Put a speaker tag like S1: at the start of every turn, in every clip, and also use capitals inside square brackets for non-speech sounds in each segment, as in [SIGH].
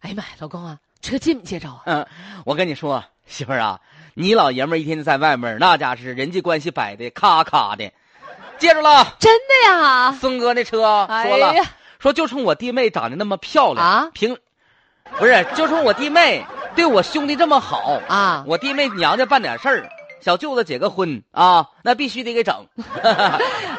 S1: 没买，老公啊，这借没借着啊？
S2: 嗯，我跟你说，媳妇儿啊，你老爷们儿一天天在外面儿，那家是人际关系摆的咔咔的。记住了，
S1: 真的呀？
S2: 孙哥那车说了，
S1: 哎呀，
S2: 说就冲我弟妹长得那么漂亮
S1: 啊
S2: 凭不是就冲我弟妹对我兄弟这么好
S1: 啊
S2: 我弟妹娘家办点事儿，小舅子结个婚啊，那必须得给整。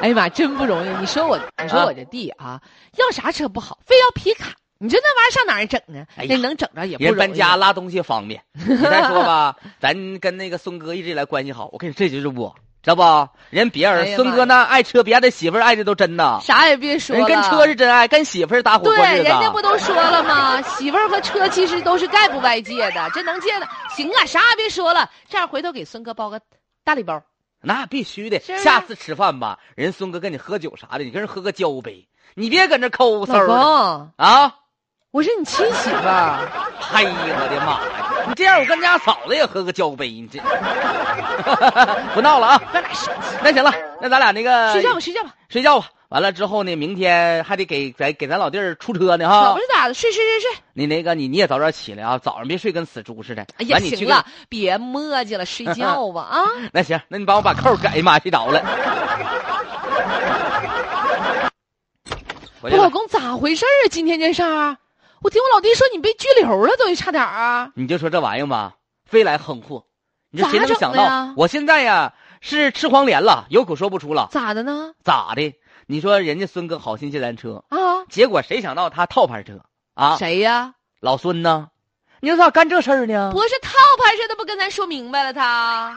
S1: 哎呀妈，真不容易！你说我，你说我这弟啊，要啥车不好，非要皮卡？你说那玩意儿上哪儿整呢？
S2: 哎呀
S1: 那能整着也不
S2: 人
S1: 容易。啊
S2: 搬家拉东西方便。你再说吧，咱跟那个孙哥一直以来关系好，我跟你这就是我，知道不？人别
S1: 哎
S2: 人、
S1: 呀妈呀
S2: 孙哥那爱车，别人的媳妇儿爱的都真呐。
S1: 啥也别说
S2: 人
S1: 了，
S2: 跟车是真爱，跟媳妇儿是搭伙过
S1: 对，人
S2: 日子。
S1: 家不都说了吗？媳妇儿和车其实都是概不外借的，这能借的行啊，啥也别说了。这样回头给孙哥包个大礼包，
S2: 那必须的。
S1: 是不是
S2: 下次吃饭吧，人孙哥跟你喝酒啥的，你跟人喝个交杯，你别搁那抠搜
S1: 老
S2: 儿
S1: 公，
S2: 啊！
S1: 我是你亲媳妇儿，
S2: 哎呀，我的妈呀！你这样，我跟家嫂子也喝个交杯，你这 [LAUGHS] 不闹了啊！
S1: 咱俩生气，
S2: 那行了，那咱俩那个
S1: 睡觉吧，睡觉吧，
S2: 睡觉吧。完了之后呢，明天还得给咱给咱老弟儿出车呢
S1: 可
S2: 哈
S1: 不。是咋的，睡睡睡睡。
S2: 你那个你你也早点起来啊，早上别睡跟死猪似的。
S1: 哎呀，
S2: 完你去
S1: 行
S2: 跟
S1: 了，别磨叽了，睡觉
S2: [LAUGHS]
S1: 吧啊！
S2: 那行，那你帮我把扣改，哎呀妈，睡着了。
S1: 我
S2: 回去
S1: 老
S2: 了，
S1: 公咋回事儿啊？今天这事儿，我听我老弟说你被拘留了，都得差点儿啊！
S2: 你就说这玩意儿吧，飞来横祸。你说
S1: 咋
S2: 谁能
S1: 整
S2: 想
S1: 的
S2: 到
S1: 呀，
S2: 我现在呀是吃黄连了，有苦说不出了，
S1: 咋的呢？
S2: 咋的？你说人家孙哥好心借咱车，
S1: 啊，
S2: 结果谁想到他套牌车啊？
S1: 谁呀？
S2: 老孙呢？你说咋干这事儿呢？
S1: 不是套牌车，他不跟咱说明白了他，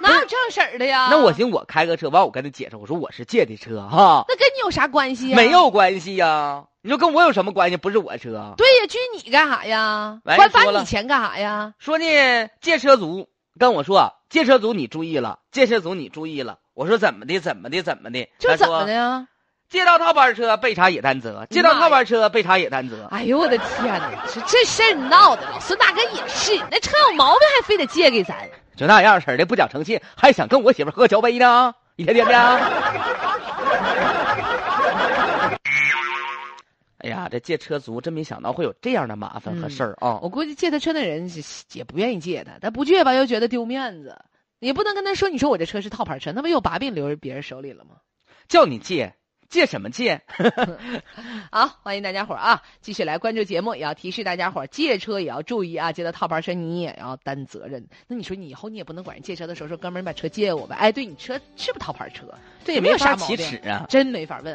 S1: 哪有这事儿的呀？
S2: 那我寻思我开个车，完我跟他解释，我说我是借的车哈，
S1: 那跟你有啥关哎系呀？
S2: 没。有关系呀、你说跟我有什么关系？不是我车，啊
S1: 对呀，拘你干啥呀？
S2: 完
S1: 还
S2: 事儿
S1: 罚
S2: 说了
S1: 你钱干啥呀？
S2: 说呢借车族跟我说借车族你注意了，借车族你注意了。我说怎么的怎么的怎么的，
S1: 这
S2: 他
S1: 怎么的
S2: 说
S1: 呀？
S2: 借到套牌车被查也担责，借到套牌车被查也担责。
S1: 哎呦我的天哪！这这事儿闹的，老孙大哥也是，那车有毛病还非得借给咱。
S2: 就那样式儿的，不讲诚信，还想跟我媳妇儿喝交杯呢？一天天的啊。哎呀，这借车族真没想到会有这样的麻烦
S1: 嗯
S2: 和事儿啊！
S1: 我估计借他车的人也也不愿意借他，他不借吧又觉得丢面子，也不能跟他说你说我这车是套牌车，那不又把柄留人别人手里了吗？
S2: 叫你借，借什么借？
S1: 好，欢迎大家伙儿啊，继续来关注节目，也要提示大家伙儿借车也要注意啊，借到套牌车你也要担责任。那你说你以后你也不能管人借车的时候说哥们儿你把车借我呗，哎，对你车是不是套牌车，
S2: 这
S1: 也没有啥
S2: 啥
S1: 毛
S2: 启
S1: 病
S2: 齿啊。
S1: 真没法问。